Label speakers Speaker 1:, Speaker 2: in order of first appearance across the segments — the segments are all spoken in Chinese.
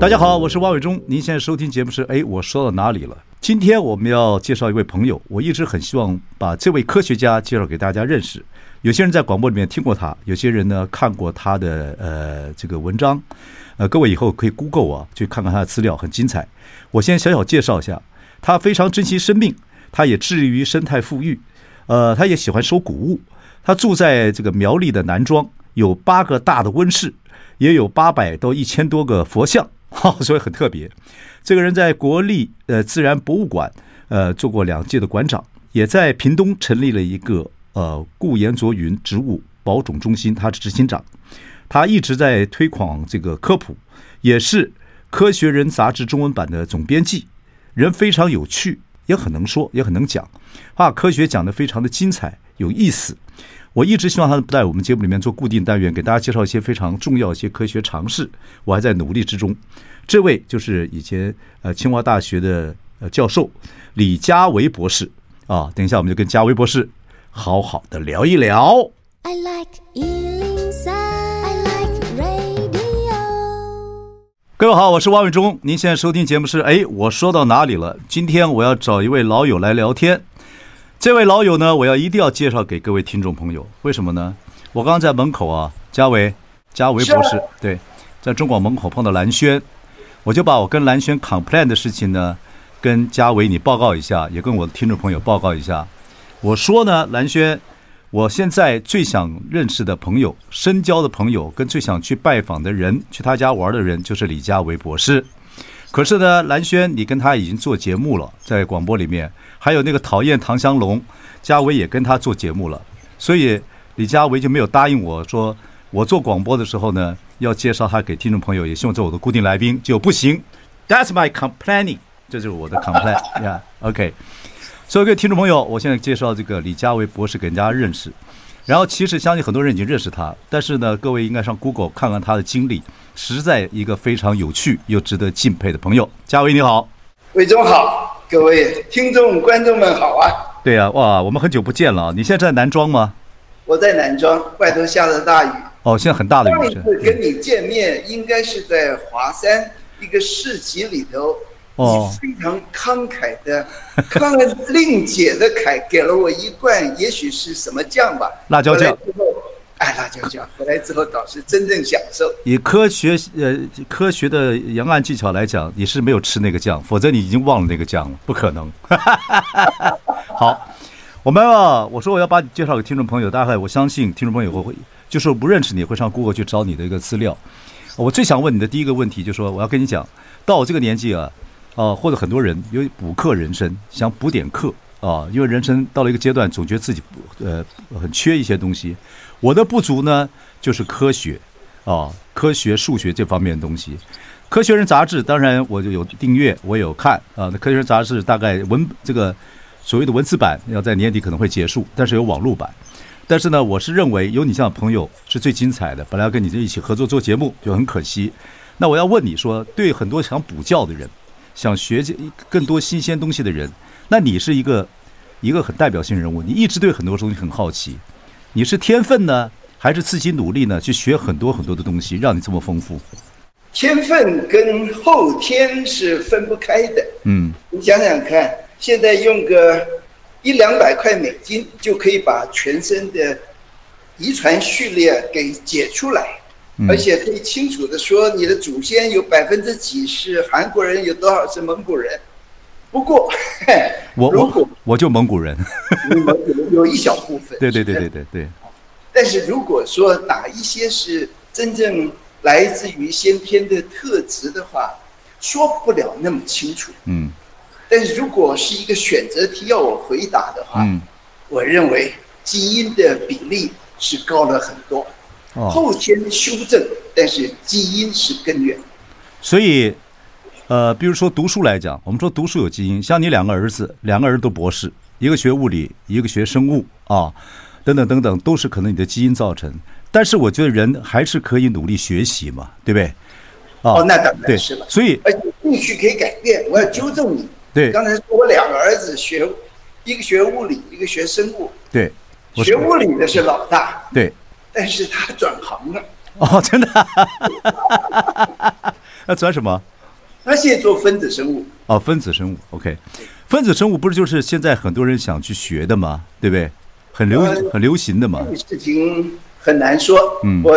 Speaker 1: 大家好，我是王伟忠。您现在收听节目是哎，我说到哪里了？今天我们要介绍一位朋友，我一直很希望把这位科学家介绍给大家认识。有些人在广播里面听过他，有些人呢看过他的呃这个文章，呃，各位以后可以 Google 啊，去看看他的资料，很精彩。我先小小介绍一下，他非常珍惜生命，他也致力于生态富裕，呃，他也喜欢收谷物，他住在这个苗栗的南庄，有八个大的温室，也有八百到一千多个佛像。哈、所以很特别。这个人在国立呃自然博物馆呃做过两届的馆长，也在屏东成立了一个呃顾炎卓云植物保种中心，他是执行长。他一直在推广这个科普，也是《科学人》杂志中文版的总编辑，人非常有趣，也很能说，也很能讲，把科学讲得非常的精彩有意思。我一直希望他在我们节目里面做固定单元，给大家介绍一些非常重要一些科学常识。我还在努力之中。这位就是以前呃清华大学的呃教授李嘉维博士啊，等一下我们就跟嘉维博士好好的聊一聊。
Speaker 2: I like Ealing Sound. I like radio.
Speaker 1: 各位好，我是王伟忠。您现在收听节目是哎，我说到哪里了？今天我要找一位老友来聊天。这位老友呢，我要一定要介绍给各位听众朋友。为什么呢？我刚刚在门口啊，嘉伟，嘉伟博士，对，在中广门口碰到蓝轩，我就把我跟蓝轩 complain 的事情呢，跟嘉伟你报告一下，也跟我的听众朋友报告一下。我说呢，蓝轩，我现在最想认识的朋友、深交的朋友，跟最想去拜访的人、去他家玩的人，就是李佳维博士。可是呢，蓝轩，你跟他已经做节目了，在广播里面，还有那个讨厌唐香龙，嘉维也跟他做节目了，所以李佳维就没有答应我说，我做广播的时候呢，要介绍他给听众朋友，也希望做我的固定来宾，就不行。That's my complaining，这就是我的 complaint。Yeah，OK、所以各位听众朋友，我现在介绍这个李佳维博士给大家认识。然后其实相信很多人已经认识他，但是呢，各位应该上 Google 看看他的经历，实在一个非常有趣又值得敬佩的朋友。佳维你好，
Speaker 3: 伟忠好，各位听众观众们好啊！
Speaker 1: 对呀、哇，我们很久不见了啊，你现在在南庄吗？
Speaker 3: 我在南庄，外头下着大雨。
Speaker 1: 哦，现在很大的
Speaker 3: 上
Speaker 1: 雨
Speaker 3: 一
Speaker 1: 声
Speaker 3: 次跟你见面应该是在华山一个市集里头，
Speaker 1: 哦
Speaker 3: 你非常慷慨的、 慷慨令姐的慨，给了我一罐，也许是什么酱吧，
Speaker 1: 辣椒酱
Speaker 3: 回来之后，哎，辣椒酱。回来之后倒是真正享受。
Speaker 1: 以科学呃科学的扬案技巧来讲，你是没有吃那个酱，否则你已经忘了那个酱了，不可能。 好，我们啊，我说我要把你介绍给听众朋友，大概我相信听众朋友会会，就是不认识你会上 Google 去找你的一个资料。我最想问你的第一个问题，就是说我要跟你讲，到我这个年纪啊，啊，或者很多人有补课人生，想补点课啊，因为人生到了一个阶段，总觉得自己不呃很缺一些东西。我的不足呢，就是科学啊，科学、数学这方面的东西。科学人杂志当然我就有订阅，我也有看啊。那科学人杂志大概文这个所谓的文字版要在年底可能会结束，但是有网络版。但是呢，我是认为有你这样的朋友是最精彩的。本来要跟你一起合作做节目，就很可惜。那我要问你说，对很多想补觉的人，想学这更多新鲜东西的人，那你是一个一个很代表性人物，你一直对很多东西很好奇。你是天分呢，还是自己努力呢？去学很多很多的东西，让你这么丰富？
Speaker 3: 天分跟后天是分不开的。
Speaker 1: 嗯，
Speaker 3: 你想想看，现在用个一两百块美金就可以把全身的遗传序列给解出来，
Speaker 1: 嗯
Speaker 3: 而且可以清楚的说你的祖先有百分之几是韩国人，有多少是蒙古人。不过，
Speaker 1: 我
Speaker 3: 如果
Speaker 1: 我我就蒙古人，
Speaker 3: 你们有有一小部分，
Speaker 1: 对对对对对对，
Speaker 3: 但是如果说哪一些是真正来自于先天的特质的话，说不了那么清楚。
Speaker 1: 嗯
Speaker 3: 但是如果是一个选择题要我回答的话，
Speaker 1: 嗯，
Speaker 3: 我认为基因的比例是高了很多，
Speaker 1: 哦
Speaker 3: 后天修正，但是基因是根源。
Speaker 1: 所以呃，比如说读书来讲，我们说读书有基因，像你两个儿子，两个人都博士，一个学物理，一个学生物啊，等等等等，都是可能你的基因造成。但是我觉得人还是可以努力学习嘛，对不对？啊，
Speaker 3: 哦，那当
Speaker 1: 对，
Speaker 3: 然是了。
Speaker 1: 所以
Speaker 3: 而且兴趣可以改变。我要纠正你，
Speaker 1: 对
Speaker 3: 刚才说我两个儿子学，一个学物理，一个学生物。
Speaker 1: 对，我
Speaker 3: 学
Speaker 1: 说
Speaker 3: 物理的是老大，
Speaker 1: 对，
Speaker 3: 但是他转行了，
Speaker 1: 哦，真的， 那转什么？
Speaker 3: 他现在做分子生物。
Speaker 1: 哦，分子生物，OK，分子生物不是就是现在很多人想去学的吗？对不对？很流
Speaker 3: 呃
Speaker 1: 很流行的嘛
Speaker 3: 这，个事情很难说。
Speaker 1: 啊嗯
Speaker 3: 我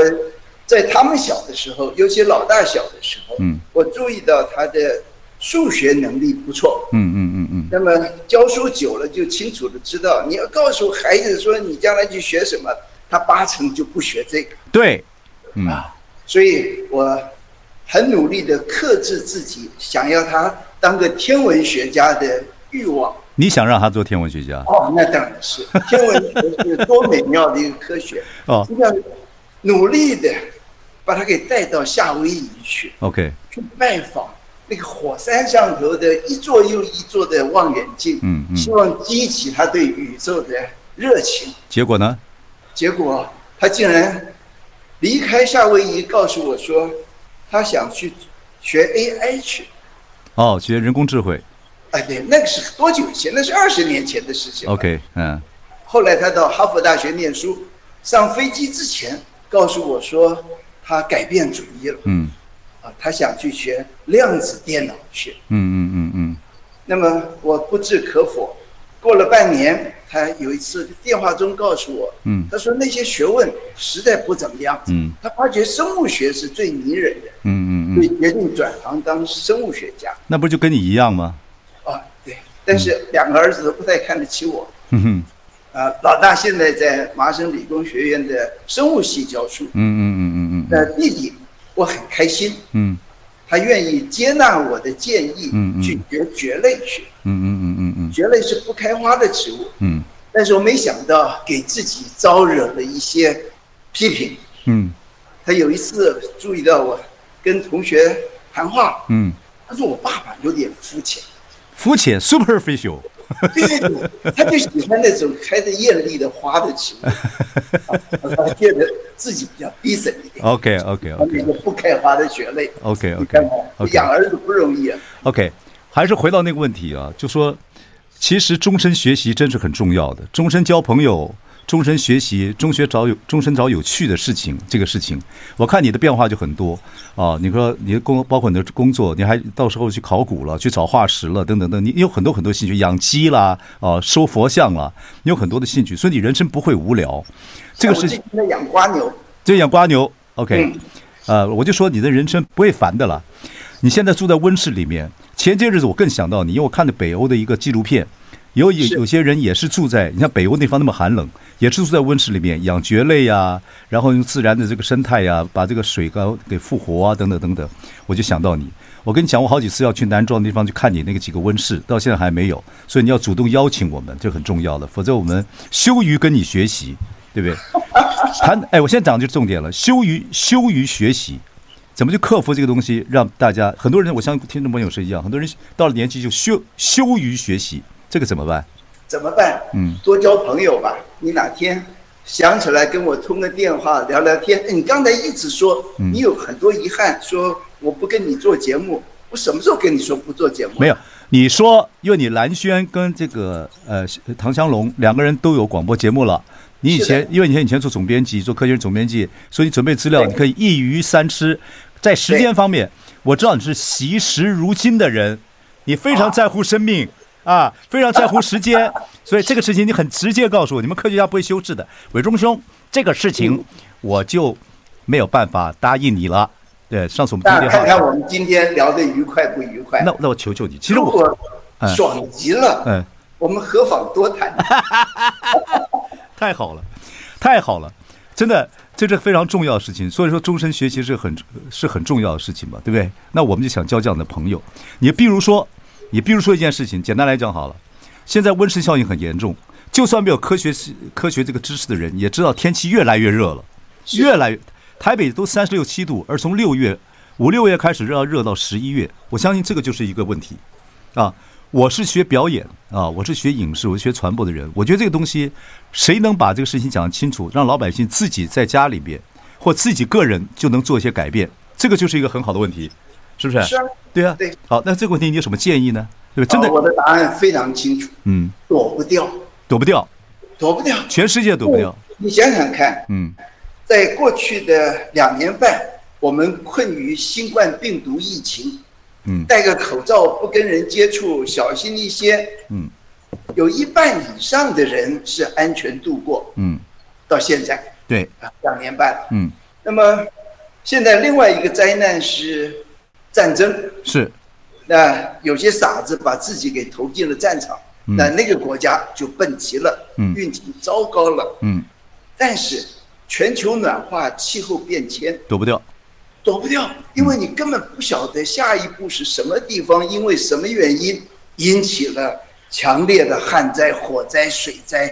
Speaker 3: 在他们小的时候，尤其老大小的时候，
Speaker 1: 嗯，
Speaker 3: 我注意到他的数学能力不错。
Speaker 1: 嗯嗯嗯嗯，
Speaker 3: 那么教书久了，就清楚的知道，你要告诉孩子说你将来去学什么，他八成就不学这个。
Speaker 1: 对，嗯
Speaker 3: 所以我很努力的克制自己，想要他当个天文学家的欲望。
Speaker 1: 你想让他做天文学家？
Speaker 3: 哦，那当然是天文学是多美妙的一个科学。
Speaker 1: 哦
Speaker 3: 要努力的把他给带到夏威夷去，
Speaker 1: ，OK，
Speaker 3: 去拜访那个火山上头的一座又一座的望远镜，
Speaker 1: 嗯嗯
Speaker 3: 希望激起他对宇宙的热情。
Speaker 1: 结果呢？
Speaker 3: 结果他竟然离开夏威夷，告诉我说他想去学 AI 去。
Speaker 1: 哦，学人工智慧
Speaker 3: 哎，对，那个是多久以前？那是二十年前的事情了。
Speaker 1: ，OK，嗯，
Speaker 3: 后来他到哈佛大学念书，上飞机之前告诉我说他改变主意了，
Speaker 1: 嗯
Speaker 3: 啊，他想去学量子电脑去。
Speaker 1: 嗯嗯嗯嗯，
Speaker 3: 那么我不置可否。过了半年，他有一次电话中告诉我，
Speaker 1: 嗯
Speaker 3: 他说那些学问实在不怎么样，
Speaker 1: 嗯，
Speaker 3: 他发觉生物学是最迷人的，
Speaker 1: 嗯嗯嗯，
Speaker 3: 所以决定转行当生物学家。
Speaker 1: 那不就跟你一样吗？
Speaker 3: 啊，对，但是两个儿子都不太看得起我，
Speaker 1: 哼哼，
Speaker 3: 啊，老大现在在麻省理工学院的生物系教书，
Speaker 1: 嗯嗯嗯嗯嗯
Speaker 3: 那弟弟我很开心，
Speaker 1: 嗯
Speaker 3: 他愿意接纳我的建议
Speaker 1: 嗯嗯，
Speaker 3: 去学蕨类去，
Speaker 1: 嗯嗯嗯嗯
Speaker 3: 蕨类是不开花的植物，
Speaker 1: 嗯
Speaker 3: 但是我没想到给自己招惹了一些批评。
Speaker 1: 嗯
Speaker 3: 他有一次注意到我跟同学谈话，
Speaker 1: 嗯，
Speaker 3: 他说我爸爸有点肤浅，
Speaker 1: 肤浅 superficial，
Speaker 3: 对对对，他就喜欢那种开着艳丽的花的植物，啊他觉得自己比较 decent 一点，
Speaker 1: OK OK
Speaker 3: 他
Speaker 1: 哦
Speaker 3: 那
Speaker 1: OK
Speaker 3: 个不开花的蕨类。
Speaker 1: OK
Speaker 3: 你看
Speaker 1: OK
Speaker 3: 看，
Speaker 1: OK
Speaker 3: 养。儿子不容易啊。
Speaker 1: OK，还是回到那个问题啊，就说其实终身学习真是很重要的，终身交朋友，终身学习，终学找有终身找有趣的事情。这个事情，我看你的变化就很多啊。你说你的工，包括你的工作，你还到时候去考古了，去找化石了，等等等，你你有很多很多兴趣，养鸡啦，啊，收佛像啦，你有很多的兴趣，所以你人生不会无聊。这个
Speaker 3: 我
Speaker 1: 是
Speaker 3: 最近在养瓜牛，
Speaker 1: 就养瓜牛，OK，、
Speaker 3: 嗯
Speaker 1: 呃，我就说你的人生不会烦的了。你现在住在温室里面，前些日子我更想到你，因为我看的北欧的一个纪录片，有有
Speaker 3: 是
Speaker 1: 有些人也是住在，你像北欧那方那么寒冷，也是住在温室里面养蕨类呀、然后用自然的这个生态呀、把这个水高给复活啊，等等等等，我就想到你。我跟你讲，我好几次要去南庄的地方去看你那个几个温室，到现在还没有，所以你要主动邀请我们，这很重要的，否则我们羞于跟你学习，对不对？ 谈哎，我现在讲的就是重点了，羞于羞于学习，怎么去克服这个东西，让大家很多人，我相信听众朋友是一样，很多人到了年纪就羞羞于学习，这个怎么办？
Speaker 3: 怎么办？
Speaker 1: 嗯，
Speaker 3: 多交朋友吧。你哪天想起来跟我通个电话聊聊天？哎你刚才一直说
Speaker 1: 嗯
Speaker 3: 你有很多遗憾，说我不跟你做节目，我什么时候跟你说不做节目？
Speaker 1: 没有，你说，因为你蓝轩跟这个呃唐湘龙两个人都有广播节目了。你以前
Speaker 3: 是，
Speaker 1: 因为你以前做总编辑，做科学总编辑，所以你准备资料，
Speaker 3: 对
Speaker 1: 你可以一鱼三吃。在时间方面，我知道你是惜时如金的人，你非常在乎生命啊，非常在乎时间， 所以这个事情你很直接告诉我，你们科学家不会羞耻的。伟忠兄，这个事
Speaker 3: 嗯
Speaker 1: 情我就没有办法答应你了。对，上次我们通
Speaker 3: 那
Speaker 1: 电
Speaker 3: 啊看看
Speaker 1: 话，
Speaker 3: 我们今天聊得愉快不愉快？
Speaker 1: 那那我求求你，其实
Speaker 3: 如
Speaker 1: 我，
Speaker 3: 果爽极了，
Speaker 1: 嗯。
Speaker 3: 我们何妨多谈？
Speaker 1: 太好了，太好了，真的，这是非常重要的事情。所以说，终身学习是很是很重要的事情嘛，对不对？那我们就想交这样的朋友。你比如说，你比如说一件事情，简单来讲好了，现在温室效应很严重，就算没有科学科学这个知识的人，也知道天气越来越热了，越来越台北都三十六七度，而从六月五六月开始热热到十一月，我相信这个就是一个问题啊。我是学表演啊，我是学影视，我是学传播的人。我觉得这个东西，谁能把这个事情讲清楚，让老百姓自己在家里边或自己个人就能做一些改变，这个就是一个很好的问题，是不是？
Speaker 3: 是啊
Speaker 1: 对啊。
Speaker 3: 对
Speaker 1: 好，那这个问题你有什么建议呢？对吧？真
Speaker 3: 啊我
Speaker 1: 的，
Speaker 3: 的答案非常清楚，
Speaker 1: 嗯，
Speaker 3: 躲不掉，
Speaker 1: 躲不掉，
Speaker 3: 躲不掉，哦
Speaker 1: 全世界躲
Speaker 3: 嗯
Speaker 1: 不掉。
Speaker 3: 你想想看，
Speaker 1: 嗯
Speaker 3: 在过去的两年半，我们困于新冠病毒疫情，
Speaker 1: 嗯
Speaker 3: 戴个口罩，不跟人接触，小心一些。
Speaker 1: 嗯
Speaker 3: 有一半以上的人是安全度过，
Speaker 1: 嗯，
Speaker 3: 到现在
Speaker 1: 对，
Speaker 3: 啊两年半了。
Speaker 1: 嗯
Speaker 3: 那么现在另外一个灾难是战争，
Speaker 1: 是，
Speaker 3: 那有些傻子把自己给投进了战场，
Speaker 1: 嗯
Speaker 3: 那那个国家就笨极了，
Speaker 1: 嗯
Speaker 3: 运气糟糕了。
Speaker 1: 嗯，
Speaker 3: 但是全球暖化、气候变迁
Speaker 1: 躲不掉。
Speaker 3: 躲不掉，因为你根本不晓得下一步是什么地方，因为什么原因引起了强烈的旱灾、火灾、水灾、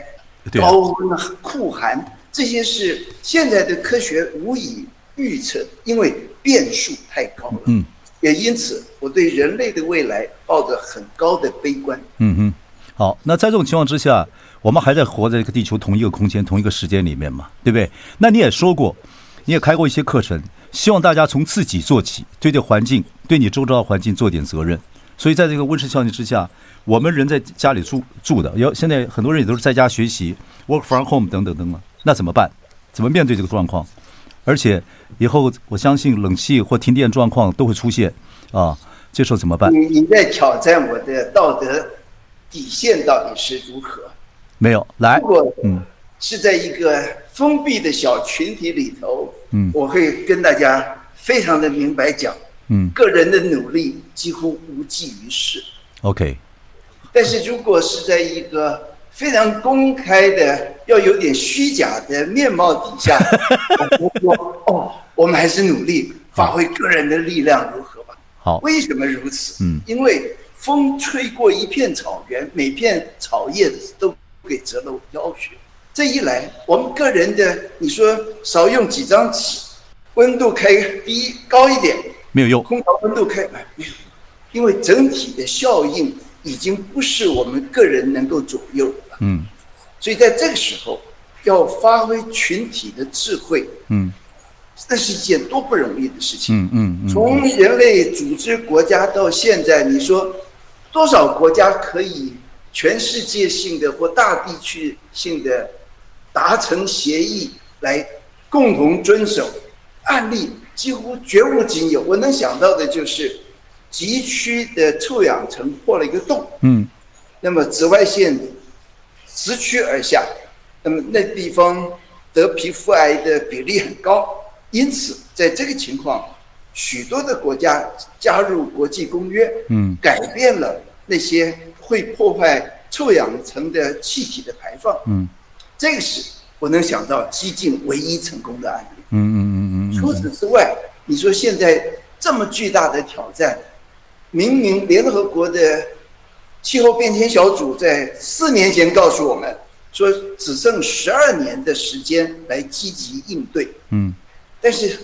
Speaker 1: 对啊
Speaker 3: 高温、酷寒，这些是现在的科学无以预测，因为变数太高了。
Speaker 1: 嗯
Speaker 3: 也因此，我对人类的未来抱着很高的悲观。
Speaker 1: 嗯哼，好，那在这种情况之下，我们还在活在这个地球同一个空间、同一个时间里面嘛，对不对？那你也说过，你也开过一些课程，希望大家从自己做起，对这个环境、对你周遭的环境做点责任。所以，在这个温室效应之下，我们人在家里住住的，要现在很多人也都是在家学习，work from home 等等等等，那怎么办？怎么面对这个状况？而且以后我相信冷气或停电状况都会出现啊，这时候怎么办？
Speaker 3: 你你在挑战我的道德底线到底是如何？
Speaker 1: 没有，来
Speaker 3: 如，果
Speaker 1: 嗯
Speaker 3: 是在一个封闭的小群体里头，
Speaker 1: 嗯
Speaker 3: 我会跟大家非常的明白讲，
Speaker 1: 嗯
Speaker 3: 个人的努力几乎无济于事。
Speaker 1: ，OK。
Speaker 3: 但是如果是在一个非常公开的、要有点虚假的面貌底下，我我哦，我们还是努力发挥个人的力量，如何吧？
Speaker 1: 好，
Speaker 3: 为什么如此？
Speaker 1: 嗯
Speaker 3: 因为风吹过一片草原，每片草叶都给折了腰去。这一来，我们个人的，你说少用几张纸，温度开低高一点，
Speaker 1: 没有用。
Speaker 3: 空调温度开哎没有，因为整体的效应已经不是我们个人能够左右的了。
Speaker 1: 嗯
Speaker 3: 所以在这个时候，要发挥群体的智慧，
Speaker 1: 嗯
Speaker 3: 那是一件多不容易的事情。
Speaker 1: 嗯嗯嗯，
Speaker 3: 从人类组织国家到现在，你说多少国家可以全世界性的或大地区性的达成协议来共同遵守？案例几乎绝无仅有。我能想到的就是极区的臭氧层破了一个洞，
Speaker 1: 嗯
Speaker 3: 那么紫外线直驱而下，那么那地方得皮肤癌的比例很高，因此在这个情况，许多的国家加入国际公约，
Speaker 1: 嗯
Speaker 3: 改变了那些会破坏臭氧层的气体的排放，
Speaker 1: 嗯
Speaker 3: 这个是我能想到激进唯一成功的案例。
Speaker 1: 嗯嗯嗯嗯
Speaker 3: 除此之外，你说现在这么巨大的挑战，明明联合国的气候变迁小组在四年前告诉我们说，只剩十二年的时间来积极应对，
Speaker 1: 嗯
Speaker 3: 但是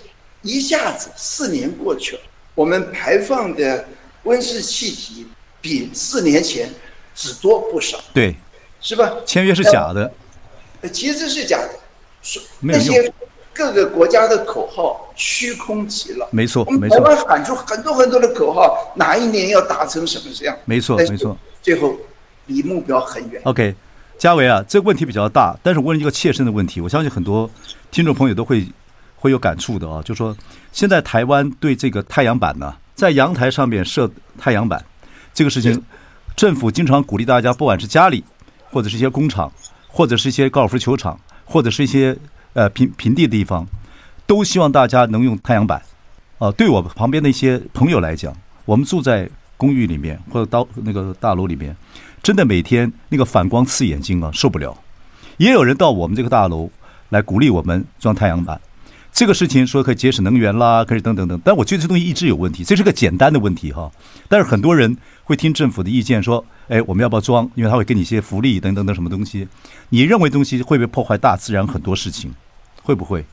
Speaker 3: 一下子四年过去了，我们排放的温室气体比四年前只多不少，
Speaker 1: 对，
Speaker 3: 是吧？
Speaker 1: 签约是假的，
Speaker 3: 呃其实是假的，说
Speaker 1: 没有
Speaker 3: 那
Speaker 1: 用
Speaker 3: 些各个国家的口号虚空极了。
Speaker 1: 没错
Speaker 3: 我们
Speaker 1: 没
Speaker 3: 台
Speaker 1: 错
Speaker 3: 湾喊出很多很多的口号，哪一年要达成什么这样？
Speaker 1: 没错
Speaker 3: 但是
Speaker 1: 没错。
Speaker 3: 最后离目标很远。
Speaker 1: OK，嘉伟啊，这个问题比较大，但是我问一个切身的问题，我相信很多听众朋友都会会有感触的啊，就说现在台湾对这个太阳板呢，在阳台上面设太阳板这个事情，政府经常鼓励大家，不管是家里，或者是一些工厂，或者是一些高尔夫球场，或者是一些呃平平地的地方，都希望大家能用太阳板。啊，对我旁边的一些朋友来讲，我们住在公寓里面或者到那个大楼里面，真的每天那个反光刺眼睛啊，受不了。也有人到我们这个大楼来鼓励我们装太阳板，这个事情说可以节省能源啦，可以等等等。但我觉得这东西一直有问题，这是个简单的问题哈。但是很多人会听政府的意见说，哎，我们要不要装？因为他会给你一些福利等等等什么东西。你认为东西会不会破坏大自然很多事情？会不会？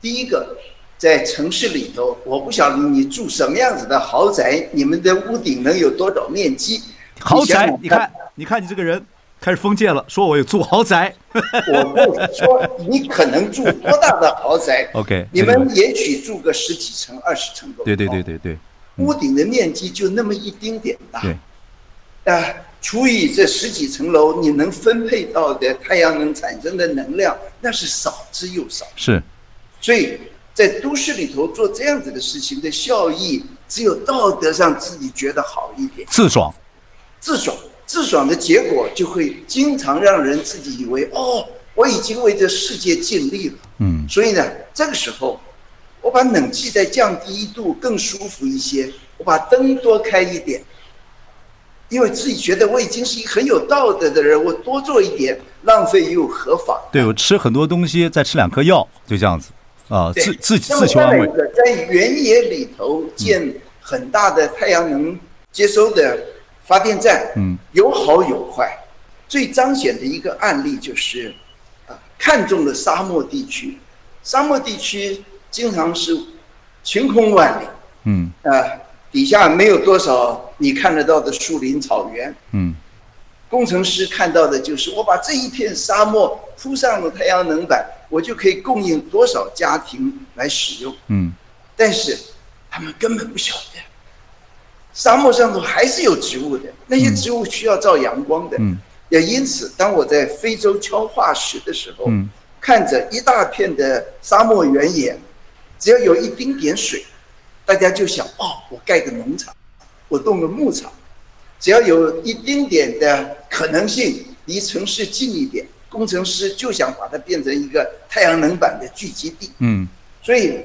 Speaker 3: 第一个，在城市里头，我不晓得你住什么样子的豪宅，你们的屋顶能有多少面积？
Speaker 1: 豪
Speaker 3: 想
Speaker 1: 宅
Speaker 3: 想，
Speaker 1: 你看，你看你这个人开始封建了，说我有住豪宅。
Speaker 3: 我不说你可能住多大的豪宅
Speaker 1: OK，
Speaker 3: 你
Speaker 1: 这个
Speaker 3: 们也许住个十几层、二十层都有
Speaker 1: 对对对对对
Speaker 3: 屋顶的面积就那么一丁点大，
Speaker 1: 对，
Speaker 3: 啊，除以这十几层楼，你能分配到的太阳能产生的能量，那是少之又少。
Speaker 1: 是，
Speaker 3: 所以在都市里头做这样子的事情的效益，只有道德上自己觉得好一点，
Speaker 1: 自爽。
Speaker 3: 自爽，自爽的结果就会经常让人自己以为哦，我已经为这世界尽力了。
Speaker 1: 嗯
Speaker 3: 所以呢，这个时候，我把冷气再降低一度，更舒服一些；我把灯多开一点，因为自己觉得我已经是一个很有道德的人，我多做一点，浪费又何妨？
Speaker 1: 对我吃很多东西，再吃两颗药，就这样子啊，
Speaker 3: 对
Speaker 1: 自自己
Speaker 3: 那
Speaker 1: 自
Speaker 3: 么
Speaker 1: 求
Speaker 3: 再
Speaker 1: 安
Speaker 3: 有
Speaker 1: 慰
Speaker 3: 一。个，在原野里头建很大的太阳能接收的发电站，
Speaker 1: 嗯，
Speaker 3: 有好有坏。最彰显的一个案例就是，啊，看中了沙漠地区，沙漠地区经常是晴空万里，
Speaker 1: 嗯
Speaker 3: 啊，底下没有多少你看得到的树林草原。
Speaker 1: 嗯
Speaker 3: 工程师看到的就是，我把这一片沙漠铺上了太阳能板，我就可以供应多少家庭来使用。
Speaker 1: 嗯，
Speaker 3: 但是他们根本不晓得，沙漠上头还是有植物的，那些植物需要照阳光的。
Speaker 1: 嗯
Speaker 3: 也因此，当我在非洲敲化石的时候，
Speaker 1: 嗯
Speaker 3: 看着一大片的沙漠原野，只要有一丁点水，大家就想：哦，我盖个农场，我种个牧场。只要有一丁点的可能性，离城市近一点，工程师就想把它变成一个太阳能板的聚集地。
Speaker 1: 嗯，
Speaker 3: 所以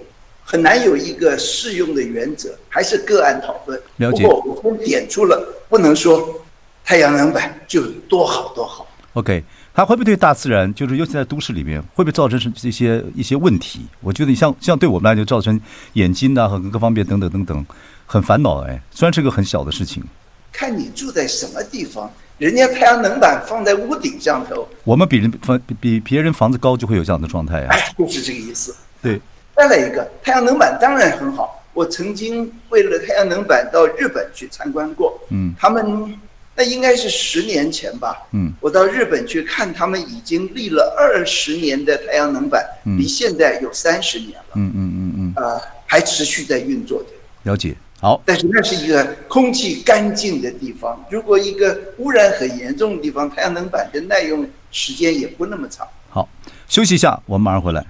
Speaker 3: 很难有一个适用的原则，还是个案讨论。
Speaker 1: 了解
Speaker 3: 不过我们点出了，不能说太阳能板就多好多好。
Speaker 1: OK，它会不会对大自然，就是尤其在都市里面，会不会造成是一些一些问题？我觉得你像像对我们来讲，就造成眼睛啊呐、和各方面等等等等，很烦恼哎。虽然是个很小的事情，
Speaker 3: 看你住在什么地方，人家太阳能板放在屋顶上头，
Speaker 1: 我们比人房比比别人房子高，就会有这样的状态呀、
Speaker 3: 哎，就是这个意思。
Speaker 1: 对，
Speaker 3: 再来一个，太阳能板当然很好。我曾经为了太阳能板到日本去参观过，
Speaker 1: 嗯
Speaker 3: 他们那应该是十年前吧，
Speaker 1: 嗯
Speaker 3: 我到日本去看，他们已经立了二十年的太阳能板，
Speaker 1: 嗯
Speaker 3: 离现在有三十年了，
Speaker 1: 嗯嗯嗯嗯，
Speaker 3: 呃，还持续在运作着。
Speaker 1: 了解。好，
Speaker 3: 但是那是一个空气干净的地方，如果一个污染很严重的地方，太阳能板的耐用时间也不那么长。
Speaker 1: 好，休息一下，我们马上回来。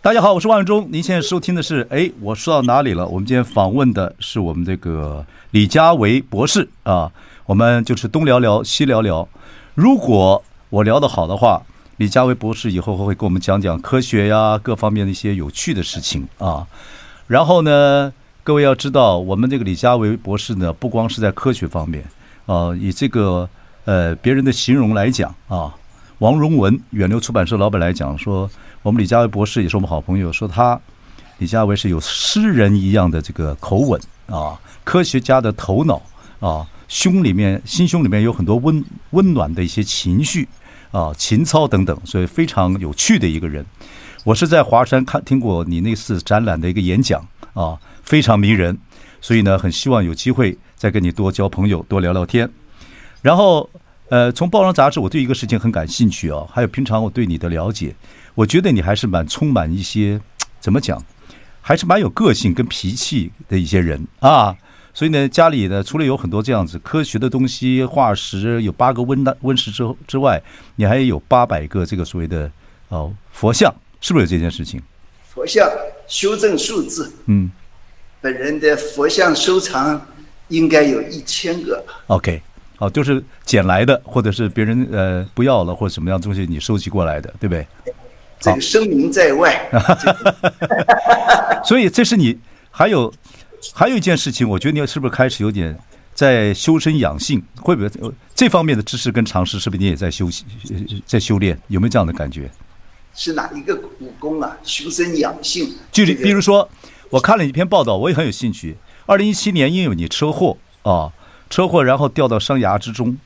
Speaker 1: 大家好，我是万永忠。您现在收听的是，哎，我说到哪里了？我们今天访问的是我们这个李佳维博士啊，我们就是东聊聊西聊聊。如果我聊得好的话，李佳维博士以后会给我们讲讲科学呀各方面的一些有趣的事情啊。然后呢，各位要知道，我们这个李佳维博士呢，不光是在科学方面，呃，以这个呃别人的形容来讲啊，王荣文远流出版社老板来讲说，我们李佳维博士也是我们好朋友，说他李佳维是有诗人一样的这个口吻啊，科学家的头脑啊，胸里面心胸里面有很多温温暖的一些情绪啊，情操等等，所以非常有趣的一个人。我是在华山看听过你那次展览的一个演讲啊，非常迷人，所以呢，很希望有机会再跟你多交朋友，多聊聊天。然后，呃，从报章杂志，我对一个事情很感兴趣啊，还有平常我对你的了解，我觉得你还是蛮充满一些怎么讲，还是蛮有个性跟脾气的一些人啊。所以呢，家里呢，除了有很多这样子科学的东西、化石，有八个温大温室之后之外，你还有八百个这个所谓的哦佛像，是不是有这件事情？
Speaker 3: 佛像修正数字，
Speaker 1: 嗯
Speaker 3: 本人的佛像收藏应该有一千个吧。
Speaker 1: ，OK，好、就是捡来的，或者是别人呃不要了或者什么样的东西你收集过来的，对不对？
Speaker 3: 这个声明在外，
Speaker 1: 所以这是你还有还有一件事情，我觉得你是不是开始有点在修身养性，会不会呃这方面的知识跟常识，是不是你也在修习呃在修炼？有没有这样的感觉？
Speaker 3: 是哪一个武功啊？修身养性，
Speaker 1: 就比
Speaker 3: 这个
Speaker 1: 比如说，我看了一篇报道，我也很有兴趣。二零一七年因为你车祸啊，车祸然后掉到山崖之中，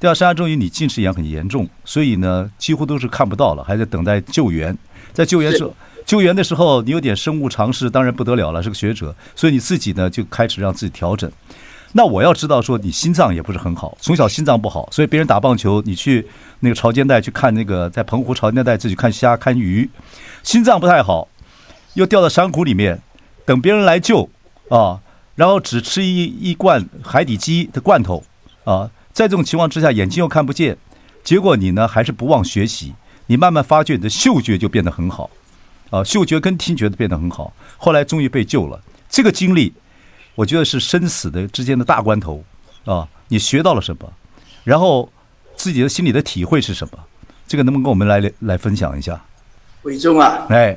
Speaker 1: 第二，山下终于你近视眼很严重，所以呢几乎都是看不到了，还在等待救援。在救援时
Speaker 3: 是
Speaker 1: 救援的时候，你有点生物常识，当然不得了了，是个学者，所以你自己呢就开始让自己调整。那我要知道说你心脏也不是很好，从小心脏不好，所以别人打棒球，你去那个潮间带去看那个在澎湖潮间带自己看虾看鱼，心脏不太好，又掉到山谷里面，等别人来救啊，然后只吃一一罐海底鸡的罐头啊，在这种情况之下，眼睛又看不见，结果你呢还是不忘学习，你慢慢发觉你的嗅觉就变得很好，啊，嗅觉跟听觉都变得很好，后来终于被救了。这个经历，我觉得是生死的之间的大关头啊，你学到了什么，然后自己的心里的体会是什么，这个能不能跟我们来来分享一下？
Speaker 3: 伟忠啊，
Speaker 1: 哎。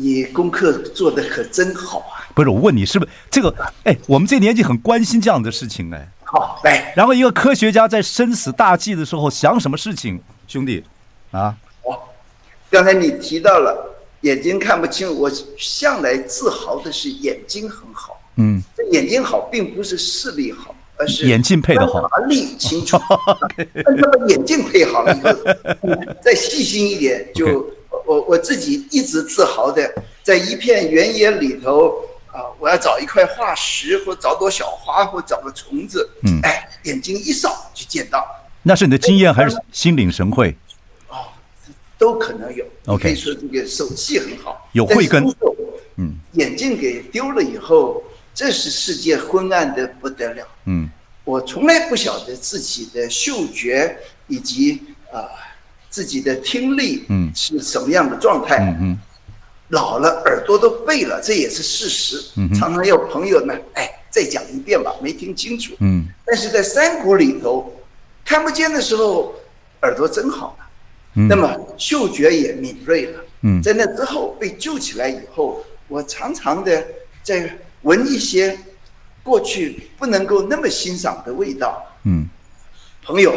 Speaker 3: 你功课做的可真好啊！
Speaker 1: 不是我问你，是不是这个？哎，我们这年纪很关心这样的事情哎。
Speaker 3: 好，来，
Speaker 1: 然后一个科学家在生死大计的时候想什么事情，兄弟，啊，
Speaker 3: 刚才你提到了眼睛看不清，我向来自豪的是眼睛很好。
Speaker 1: 嗯，
Speaker 3: 这眼睛好，并不是视力好，而是
Speaker 1: 眼镜配得好
Speaker 3: 观察力 清楚。那么眼镜配好了以后，嗯再细心一点，就
Speaker 1: OK
Speaker 3: 我我我自己一直自豪的，在一片原野里头啊、我要找一块化石，或找朵小花，或找个虫子，
Speaker 1: 嗯
Speaker 3: 哎，眼睛一扫就见到了。
Speaker 1: 那是你的经验还是心领神会？
Speaker 3: 都可能有。
Speaker 1: OK
Speaker 3: 可以说这个手气很好，
Speaker 1: 有慧根
Speaker 3: 但是如果
Speaker 1: 嗯
Speaker 3: 眼镜给丢了以后，这是世界昏暗的不得了。
Speaker 1: 嗯
Speaker 3: 我从来不晓得自己的嗅觉以及啊、呃自己的听力
Speaker 1: 嗯
Speaker 3: 是什么样的状态。
Speaker 1: 嗯嗯
Speaker 3: 老了耳朵都背了，这也是事实。
Speaker 1: 嗯哼
Speaker 3: 常常有朋友呢，哎，再讲一遍吧，没听清楚。
Speaker 1: 嗯
Speaker 3: 但是在山谷里头，看不见的时候，耳朵真好啊。
Speaker 1: 嗯
Speaker 3: 那么嗅觉也敏锐了。
Speaker 1: 嗯
Speaker 3: 在那之后被救起来以后，我常常的在闻一些过去不能够那么欣赏的味道，
Speaker 1: 嗯
Speaker 3: 朋友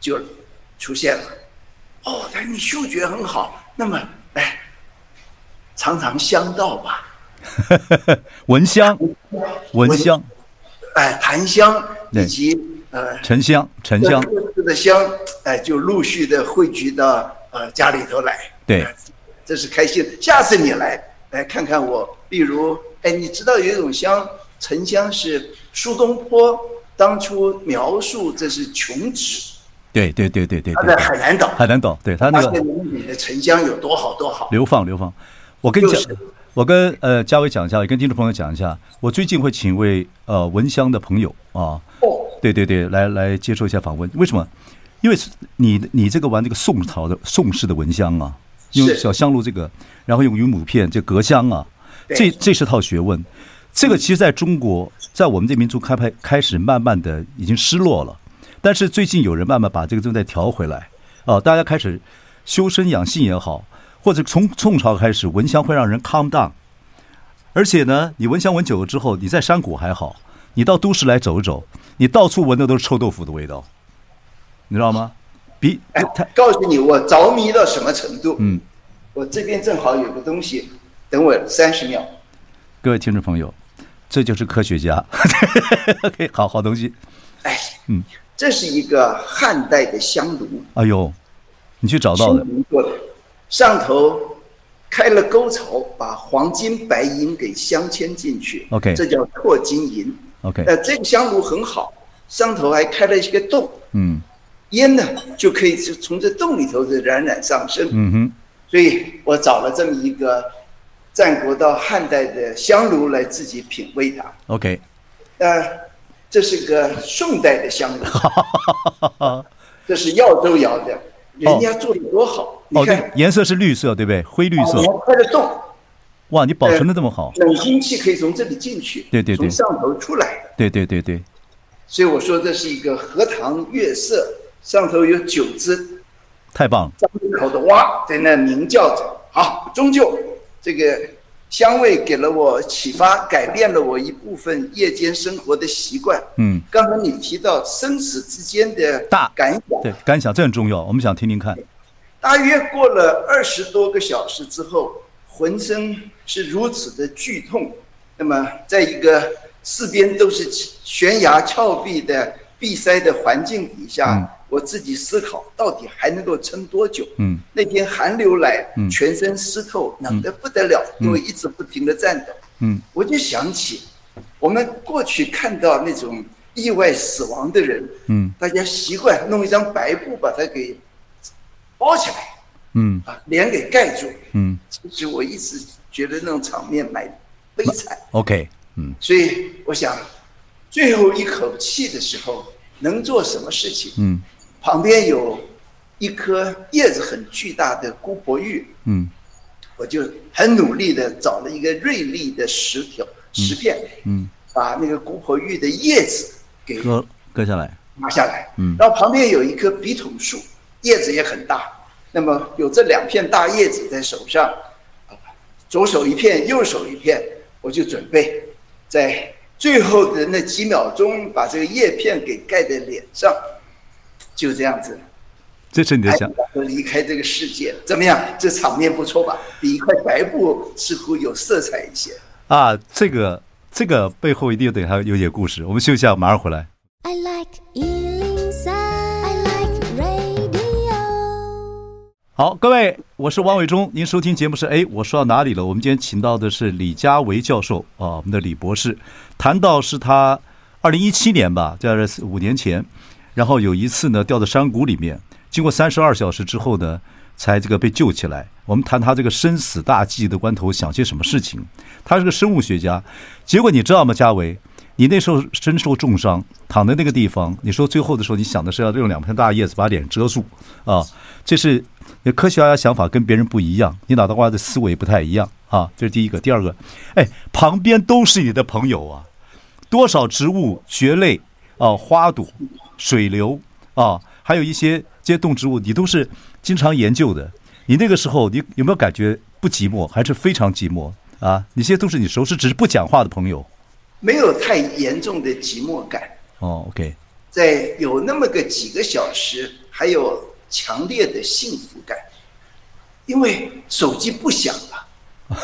Speaker 3: 就出现了。哦，他说你嗅觉很好，那么哎，尝尝香道吧。
Speaker 1: 嗯，闻香，闻香，
Speaker 3: 哎，檀香
Speaker 1: 对
Speaker 3: 以及呃
Speaker 1: 沉香，沉香，
Speaker 3: 各自的香，哎，就陆续的汇聚到呃家里头来。
Speaker 1: 对
Speaker 3: 哎，这是开心的。下次你来，来看看我。例如，哎，你知道有一种香，沉香是苏东坡当初描述这是琼脂，
Speaker 1: 对对对对对
Speaker 3: 他在
Speaker 1: 对，
Speaker 3: 海南岛，
Speaker 1: 海南岛，对他那
Speaker 3: 发
Speaker 1: 个
Speaker 3: 现里的沉香有多好多好。
Speaker 1: 流放流放。我跟你讲
Speaker 3: 就是，
Speaker 1: 我跟呃嘉伟讲一下，也跟听众朋友讲一下，我最近会请一位呃闻香的朋友啊，
Speaker 3: 哦，
Speaker 1: 对对对，来来接受一下访问。为什么？因为是你你这个玩这个宋朝的宋式的蚊香啊，用
Speaker 3: 是
Speaker 1: 小香炉这个，然后用云母片这隔香啊，
Speaker 3: 对
Speaker 1: 这这是套学问。这个其实在中国，在我们这民族开派开始慢慢的已经失落了，但是最近有人慢慢把这个东西再调回来啊，大家开始修身养性也好，或者从宋朝开始，蚊香会让人 calm down。而且呢，你闻香闻久了之后，你在山谷还好，你到都市来走一走，你到处闻的都是臭豆腐的味道，你知道吗？比
Speaker 3: 哎
Speaker 1: 它，
Speaker 3: 告诉你我着迷到什么程度。
Speaker 1: 嗯，
Speaker 3: 我这边正好有个东西，等我三十秒。
Speaker 1: 各位听众朋友，这就是科学家。OK，好好东西。
Speaker 3: 哎，
Speaker 1: 嗯，
Speaker 3: 这是一个汉代的香炉。
Speaker 1: 哎呦，你去找到
Speaker 3: 青
Speaker 1: 的，
Speaker 3: 铜做的，上头开了沟槽，把黄金、白银给镶嵌进去。
Speaker 1: OK
Speaker 3: 这叫拓金银。
Speaker 1: OK
Speaker 3: 那这个香炉很好，上头还开了一个洞，
Speaker 1: 嗯
Speaker 3: 烟呢就可以就从这洞里头的冉冉上升。
Speaker 1: 嗯哼，
Speaker 3: 所以我找了这么一个战国到汉代的香炉来自己品味它。
Speaker 1: ，OK，
Speaker 3: 呃，这是个宋代的香炉，这是耀州窑的，人家做的多好。
Speaker 1: 哦，
Speaker 3: 你看
Speaker 1: 对，，颜色是绿色，对不对？灰绿色
Speaker 3: 你，还开了洞。
Speaker 1: 哇，你保存的这么好，
Speaker 3: 冷空气可以从这里进去，
Speaker 1: 对对对
Speaker 3: 从上头出来。
Speaker 1: 对对对对，
Speaker 3: 所以我说这是一个荷塘月色，上头有九只
Speaker 1: 太棒了，
Speaker 3: 张着口的蛙在那鸣叫着。好，终究这个香味给了我启发，改变了我一部分夜间生活的习惯。
Speaker 1: 嗯，
Speaker 3: 刚才你提到生死之间的
Speaker 1: 大
Speaker 3: 感想，
Speaker 1: 对，感想这很重要，我们想听听看，
Speaker 3: 大约过了二十多个小时之后，浑身是如此的剧痛。那么，在一个四边都是悬崖峭壁的闭塞的环境底下，
Speaker 1: 嗯
Speaker 3: 我自己思考到底还能够撑多久。
Speaker 1: 嗯，
Speaker 3: 那天寒流来，
Speaker 1: 嗯
Speaker 3: 全身湿透，冷得不得了，因为一直不停的战斗。
Speaker 1: 嗯
Speaker 3: 我就想起，我们过去看到那种意外死亡的人，
Speaker 1: 嗯
Speaker 3: 大家习惯弄一张白布把它给包起来，
Speaker 1: 嗯
Speaker 3: 把脸给盖住。
Speaker 1: 嗯
Speaker 3: 其实我一直觉得那种场面蛮悲惨，
Speaker 1: ，OK，嗯
Speaker 3: 所以我想，最后一口气的时候能做什么事情？
Speaker 1: 嗯
Speaker 3: 旁边有一棵叶子很巨大的姑婆玉，
Speaker 1: 嗯
Speaker 3: 我就很努力的找了一个锐利的石条石片，
Speaker 1: 嗯，
Speaker 3: 把那个姑婆玉的叶子给
Speaker 1: 割割下来，
Speaker 3: 拿下来，
Speaker 1: 嗯
Speaker 3: 然后旁边有一棵笔筒树，叶子也很大，那么有这两片大叶子在手上，啊左手一片，右手一片，我就准备在最后的那几秒钟把这个叶片给盖在脸上，就这样子，
Speaker 1: 这是你的
Speaker 3: 还
Speaker 1: 想，
Speaker 3: 能离开这个世界，怎么样？这场面不错吧？比一块白布似乎有色彩一些。
Speaker 1: 啊，这个这个背后一定得还有点故事。我们休息一下，马上回来。
Speaker 2: I like Ealing Sound. I like radio.
Speaker 1: 好，各位，我是王伟忠，您收听节目是哎，我说到哪里了？我们今天请到的是李佳维教授啊，我们的李博士，谈到是他二零一七年吧，在四五年前，然后有一次呢掉到山谷里面，经过三十二小时之后呢，才这个被救起来。我们谈他这个生死大计的关头想些什么事情，他是个生物学家。结果你知道吗，佳维？你那时候身受重伤，躺在那个地方，你说最后的时候，你想的是要用两片大叶子把脸遮住啊，这是你科学家想法跟别人不一样，你脑袋瓜的思维不太一样啊，这是第一个。第二个，哎，旁边都是你的朋友啊，多少植物、蕨类啊、花朵、水流啊，还有一些这些动植物，你都是经常研究的。你那个时候，你有没有感觉不寂寞，还是非常寂寞啊？你些都是你熟识，只是不讲话的朋友。
Speaker 3: 没有太严重的寂寞感，
Speaker 1: 哦，OK，
Speaker 3: 在有那么个几个小时，还有强烈的幸福感，因为手机不响了。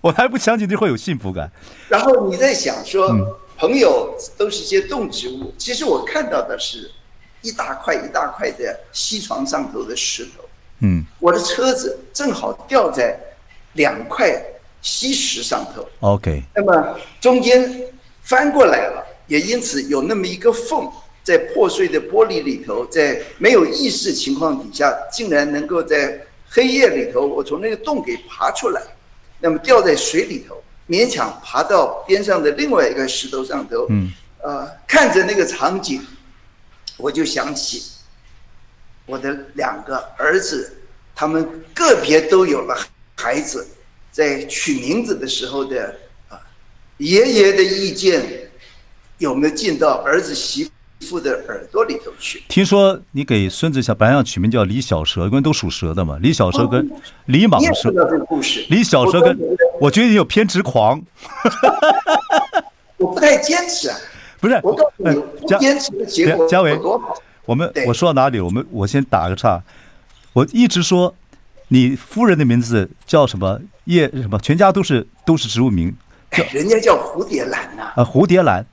Speaker 1: 我还不相信你会有幸福感。
Speaker 3: 然后你在想说，朋友都是些动植物，其实我看到的是一大块一大块的西床上头的石头。
Speaker 1: 嗯，
Speaker 3: 我的车子正好掉在两块稀石上头，
Speaker 1: OK，
Speaker 3: 那么中间翻过来了，也因此有那么一个缝，在破碎的玻璃里头，在没有意识情况底下，竟然能够在黑夜里头，我从那个洞给爬出来，那么掉在水里头，勉强爬到边上的另外一个石头上头，
Speaker 1: 嗯，
Speaker 3: 呃，看着那个场景，我就想起我的两个儿子，他们个别都有了孩子，在取名字的时候的啊，爷爷的意见有没有进到儿子媳妇的耳朵里头去？
Speaker 1: 听说你给孙子想本来要取名叫李小蛇，因为都属蛇的嘛。李小蛇跟李蟒
Speaker 3: 哦你也
Speaker 1: 蛇
Speaker 3: 知，道这个故事。
Speaker 1: 李小蛇跟
Speaker 3: 我跟你
Speaker 1: 我觉得你有偏执狂，
Speaker 3: 我不太坚持啊，
Speaker 1: 不是？
Speaker 3: 我告诉
Speaker 1: 哎
Speaker 3: 你，不
Speaker 1: 嘉
Speaker 3: 坚持的结果
Speaker 1: 嘉嘉伟
Speaker 3: 有多好。
Speaker 1: 我们
Speaker 3: 对
Speaker 1: 我说到哪里？我们我先打个岔，我一直说你夫人的名字叫什么叶什么，全家都是都是植物名
Speaker 3: 哎人家叫蝴蝶兰呐、
Speaker 1: 啊、蝴蝶兰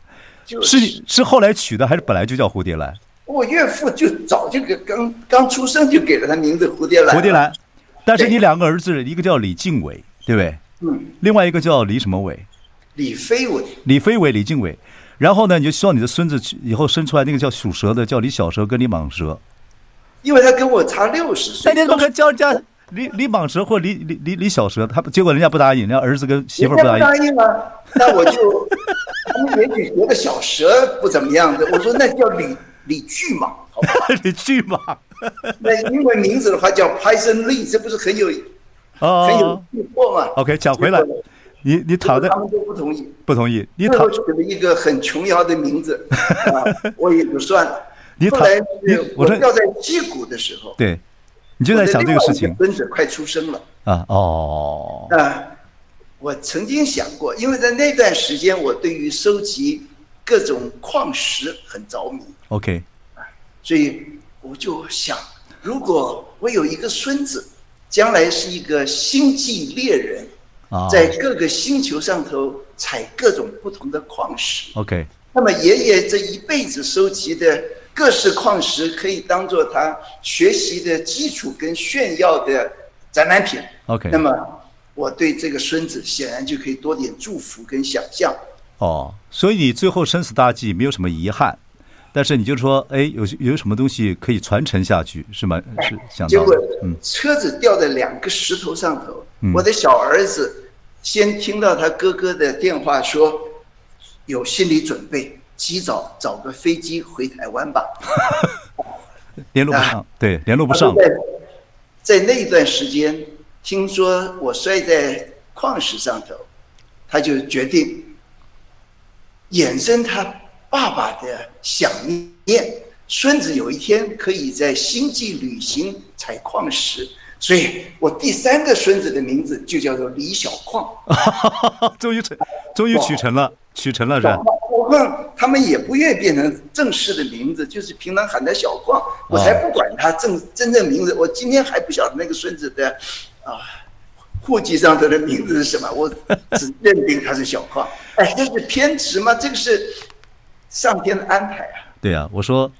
Speaker 3: 就是
Speaker 1: 你是后来取的还是本来就叫蝴蝶兰？
Speaker 3: 我岳父就早就给刚刚出生就给了他名字蝴蝶兰。
Speaker 1: 蝴蝶兰，但是
Speaker 3: 对
Speaker 1: 你两个儿子，一个叫李敬伟，对不对？
Speaker 3: 嗯，
Speaker 1: 另外一个叫李什么伟，
Speaker 3: 李飞伟，
Speaker 1: 李飞伟、李敬伟。然后呢，你就希望你的孙子去以后生出来那个叫属蛇的，叫李小蛇跟李蟒蛇。
Speaker 3: 因为他跟我差六十岁
Speaker 1: 那，你怎么可以叫人家李李蟒蛇或李李李李小蛇？他不结果人家不答应，人家儿子跟媳妇儿不答
Speaker 3: 人家
Speaker 1: 应。
Speaker 3: 不答应啊，那我就 他们也许学个小蛇不怎么样的，我说那叫李李巨蟒，好吧？
Speaker 1: 你去吧。
Speaker 3: 那英文名字的话叫 Python Lee，这不是很有很有
Speaker 1: 哦
Speaker 3: 诱惑吗？
Speaker 1: ，OK，讲回来
Speaker 3: 结果呢，
Speaker 1: 你你躺在
Speaker 3: 他们都不同意，
Speaker 1: 不同意，你
Speaker 3: 最
Speaker 1: 躺
Speaker 3: 后取了一个很琼瑶的 名字，啊，我也就算了。
Speaker 1: 你躺
Speaker 3: 后来
Speaker 1: 你
Speaker 3: 是
Speaker 1: 我
Speaker 3: 我
Speaker 1: 这
Speaker 3: 掉在溪谷的时候，
Speaker 1: 对，你就在想这个事
Speaker 3: 我
Speaker 1: 情
Speaker 3: 的另外一孙子快出生了。
Speaker 1: 啊。哦，
Speaker 3: 啊，我曾经想过，因为在那段时间，我对于收集各种矿石很着迷，
Speaker 1: OK，
Speaker 3: 所以我就想，如果我有一个孙子，将来是一个星际猎人，
Speaker 1: 啊
Speaker 3: 在各个星球上头采各种不同的矿石。
Speaker 1: ，OK，
Speaker 3: 那么爷爷这一辈子收集的各式矿石，可以当做他学习的基础跟炫耀的展览品。
Speaker 1: OK
Speaker 3: 那么我对这个孙子显然就可以多点祝福跟想象。
Speaker 1: 哦，所以你最后生死大计没有什么遗憾，但是你就说，哎，有有什么东西可以传承下去，是吗？是想
Speaker 3: 结
Speaker 1: 到
Speaker 3: 果
Speaker 1: 的，嗯，
Speaker 3: 车子掉在两个石头上头。我的小儿子先听到他哥哥的电话说，有心理准备，及早找个飞机回台湾吧。
Speaker 1: 联络不
Speaker 3: 啊
Speaker 1: 上，对，联络不上，
Speaker 3: 在在那一段时间，听说我摔在矿石上头，他就决定衍生他爸爸的想念。孙子有一天可以在星际旅行采矿石，所以我第三个孙子的名字就叫做李小矿。
Speaker 1: 终于成，终于取成了，取成了是吧？
Speaker 3: 小矿他们也不愿意变成正式的名字，就是平常喊他小矿，我才不管他正真正名字。我今天还不晓得那个孙子的啊户籍上头的名字是什么，我只认定他是小矿。哎，这是偏执吗？这个是上天的安排啊！
Speaker 1: 对呀、我说，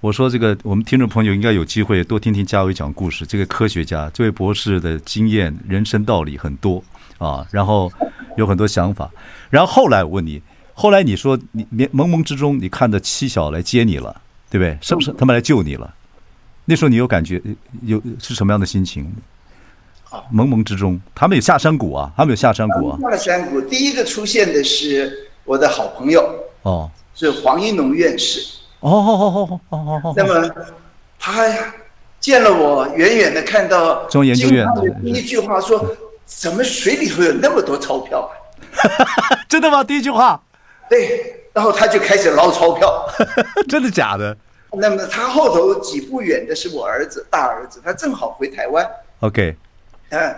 Speaker 1: 我说这个我们听众朋友应该有机会多听听嘉伟讲故事。这个科学家，这位博士的经验、人生道理很多啊，然后有很多想法。然后后来我问你，后来你说你你蒙蒙之中你看着妻小来接你了，对不对？是不是他们来救你了？那时候你有感觉有是什么样的心情？蒙蒙之中，他们有下山谷啊，他们有下山谷啊。
Speaker 3: 下了山谷，第一个出现的是我的好朋友，
Speaker 1: 哦
Speaker 3: 是黄一农院士。
Speaker 1: 哦哦哦哦哦 哦
Speaker 3: 那么他见了我，远远的看到
Speaker 1: 中研究院
Speaker 3: 惊叹的第一句话说：“怎么水里头有那么多钞票啊
Speaker 1: 哦，真的吗？第一句话，？”
Speaker 3: 对，然后他就开始捞钞票。
Speaker 1: 真的假的
Speaker 3: 那么他后头几步远的是我儿子，大儿子，他正好回台湾。
Speaker 1: ？OK。
Speaker 3: 嗯，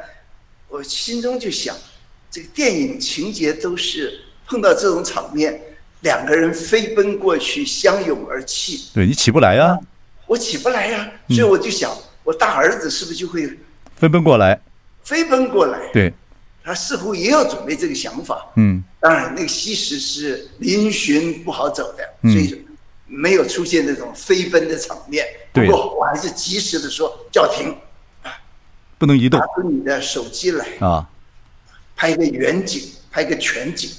Speaker 3: 我心中就想，这个电影情节都是碰到这种场面，两个人飞奔过去，相拥而泣。
Speaker 1: 对你起不来啊呀、
Speaker 3: 嗯我起不来呀、所以我就想，我大儿子是不是就会
Speaker 1: 分奔过来。
Speaker 3: 飞奔过来？
Speaker 1: 对，
Speaker 3: 他似乎也有准备这个想法。
Speaker 1: 嗯，
Speaker 3: 当然，那个西石是嶙峋不好走的，所以没有出现那种飞奔的场面。
Speaker 1: 对
Speaker 3: 不过我还是及时的说叫停，
Speaker 1: 不能移动
Speaker 3: 拿出你的手机来，
Speaker 1: 啊。
Speaker 3: 拍个远景，拍个全景，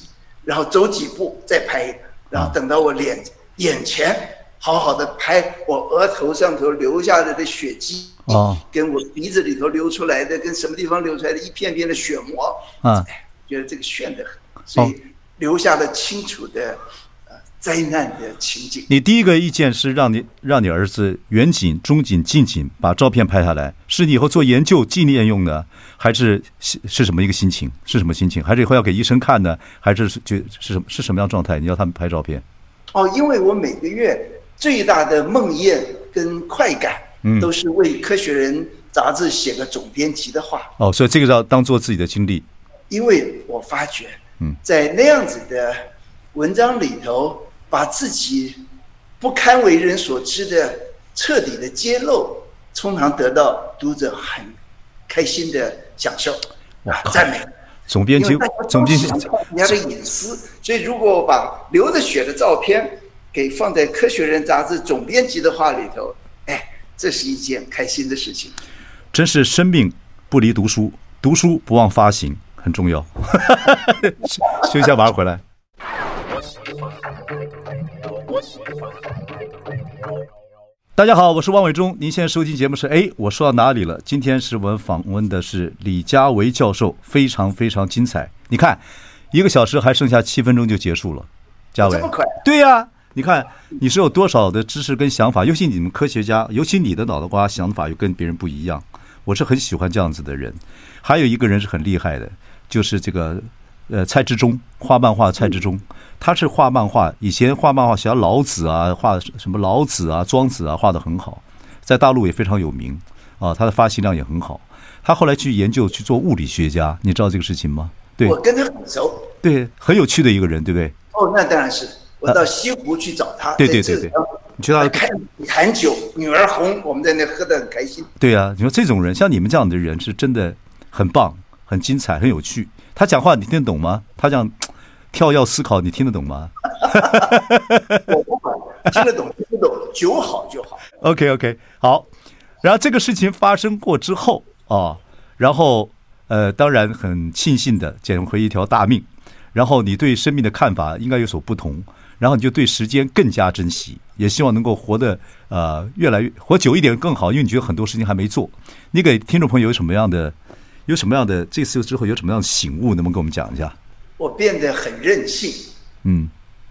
Speaker 3: 然后走几步再拍一个，然后等到我脸眼前好好的拍我额头上头留下来的血迹。
Speaker 1: 哦
Speaker 3: 跟我鼻子里头流出来的，跟什么地方流出来的一片片的血膜，
Speaker 1: 嗯
Speaker 3: 哎觉得这个炫得很，所以留下了清楚的呃灾难的情景。
Speaker 1: 你第一个意见是让你让你儿子远景、中景、近景把照片拍下来，是你以后做研究纪念用的，还是是是什么一个心情？是什么心情？还是以后要给医生看呢？还是是觉是什么是什么样状态？你要他们拍照片？
Speaker 3: 哦，因为我每个月最大的梦魇跟快感，都是为《科学人》杂志写个总编辑的话，
Speaker 1: 哦，所以这个要当做自己的经历。
Speaker 3: 因为我发觉
Speaker 1: 嗯，
Speaker 3: 在那样子的文章里头，把自己不堪为人所知的彻底的揭露，通常得到读者很开心的享受啊赞美。
Speaker 1: 总编辑
Speaker 3: 因为大家，都
Speaker 1: 总编辑
Speaker 3: 想，看人家的隐私，所以如果我把流着血的照片给放在《科学人》杂志总编辑的话里头，哎，这是一件开心的事情。
Speaker 1: 真是生命不离读书，读书不忘发行，很重要。 休息一下，马上回来。大家好，我是汪伟忠。您现在收听节目是哎，我说到哪里了？今天是我们访问的是李佳维教授，非常非常精彩。你看，一个小时还剩下七分钟就结束了，佳维，
Speaker 3: 这么快
Speaker 1: 对呀、你看你是有多少的知识跟想法，尤其你们科学家，尤其你的脑袋瓜想法又跟别人不一样，我是很喜欢这样子的人。还有一个人是很厉害的，就是这个呃蔡志忠，画漫画的蔡志忠，他是画漫画，以前画漫画写老子啊，画什么老子啊、庄子啊，画的很好，在大陆也非常有名啊，他的发行量也很好。他后来去研究去做物理学家，你知道这个事情吗？对
Speaker 3: 我跟他很熟，
Speaker 1: 对，很有趣的一个人，对不对？
Speaker 3: 哦，那当然是我到西湖去找他，
Speaker 1: 对对
Speaker 3: 在
Speaker 1: 对对
Speaker 3: 浙江
Speaker 1: 你 去他的
Speaker 3: 看谈酒，女儿红，我们在那喝得很开心。
Speaker 1: 对啊，你说这种人，像你们这样的人，是真的很棒、很精彩、很有趣。他讲话你听得懂吗？他讲跳跃思考，你听得懂吗
Speaker 3: 我不管，听得懂听 不懂，酒好就好。
Speaker 1: ？OK OK，好。然后这个事情发生过之后啊，然后呃，当然很庆幸的捡回一条大命。然后你对生命的看法应该有所不同，然后你就对时间更加珍惜，也希望能够活得呃越来越活久一点更好，因为你觉得很多事情还没做。你给听众朋友有什么样的有什么样的这次之后有什么样的醒悟，能不能跟我们讲一下？
Speaker 3: 我变得很任性，
Speaker 1: 嗯